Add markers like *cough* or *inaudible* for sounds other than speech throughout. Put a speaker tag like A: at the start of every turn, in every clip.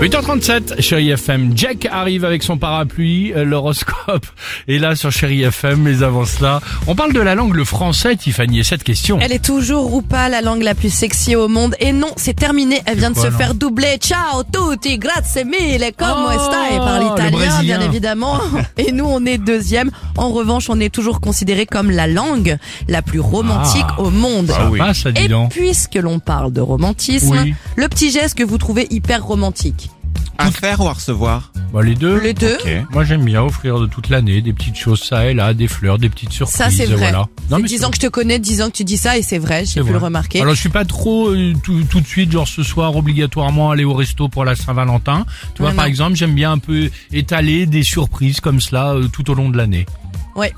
A: 8h37, chérie FM. Jack arrive avec son parapluie, euh, l'horoscope. *laughs* Et là, sur chérie FM, les avances là. On parle de la langue, le français, Tiffany, et cette question.
B: Elle est toujours ou pas la langue la plus sexy au monde. Et non, c'est terminé. Elle vient de
A: quoi,
B: se
A: non
B: faire doubler. Ciao tutti, grazie mille, como
A: Oh,
B: stai par
A: le
B: l'italien,
A: Brésilien.
B: bien évidemment.
A: *laughs*
B: Et nous, on est deuxième. En revanche, on est toujours considéré comme la langue la plus romantique
A: Ah.
B: au monde.
A: Ça va, ça, dis
B: Et
A: donc.
B: puisque l'on parle de romantisme,
A: Oui.
B: le petit geste que vous trouvez hyper romantique.
C: À faire ou à recevoir
A: Bah, les deux.
B: Les deux,
A: Moi, j'aime bien offrir de toute l'année des petites choses, ça et là, des fleurs, des petites surprises.
B: ça c'est vrai.
A: Voilà. Non, mais
B: Disant que je te connais, disant que tu dis ça, et c'est vrai,
A: c'est
B: j'ai pu
A: vrai.
B: le remarquer.
A: Alors, je suis pas trop euh, tout, tout de suite, genre ce soir, obligatoirement aller au resto pour la Saint-Valentin. Tu vois,
B: Ouais,
A: par
B: non.
A: exemple, j'aime bien un peu étaler des surprises comme cela euh, tout au long de l'année.
B: Ouais.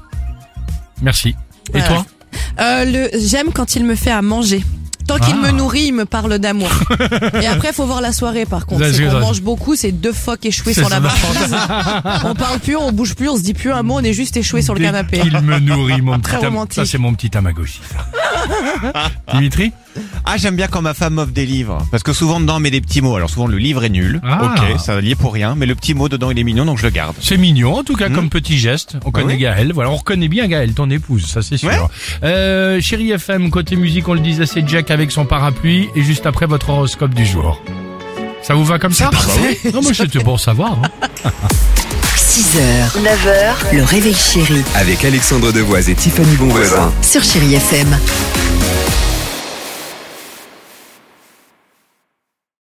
A: Merci. Et
B: Voilà.
A: toi
B: Euh, le j'aime quand il me fait à manger. Tant qu'il
A: Ah.
B: me nourrit, il me parle
A: *laughs*
B: d'amour. Et après, faut voir la soirée, par contre.
A: Ça,
B: C'est
A: c'est ça.
B: qu'on mange beaucoup, c'est deux phoques échoués
A: C'est
B: sur la
A: ça.
B: marchandise. on parle plus, on bouge plus, on se dit plus un mot, on est juste échoué sur le
A: Dès
B: canapé.
A: qu'il me
B: *laughs*
A: nourrit, mon petit
B: Très
A: tam-
B: romantique.
A: Ça, c'est mon petit Tamagotchi. ça. Dimitri
C: Ah, j'aime bien quand ma femme m'offre des livres. Parce que souvent dedans, on met des petits mots. Alors souvent, le livre est nul.
A: Ah.
C: Ok, ça y est pour rien. Mais le petit mot dedans, il est mignon, donc je le garde.
A: C'est mignon, en tout cas,
C: Hmm.
A: comme petit geste. On connaît
C: oui.
A: Gaël. Voilà, on reconnaît bien Gaël, ton épouse, ça, c'est sûr.
C: Ouais.
A: Euh, chérie FM, côté musique, on le disait, c'est Jack avec son parapluie. Et juste après, votre horoscope du jour. Ça vous va comme ça
C: parfait.
A: Non, mais c'était pour savoir. hein.
D: 6h, 9h, le réveil chéri
E: Avec Alexandre Devoise et Tiffany Bonvoisin.
D: sur Chéri FM.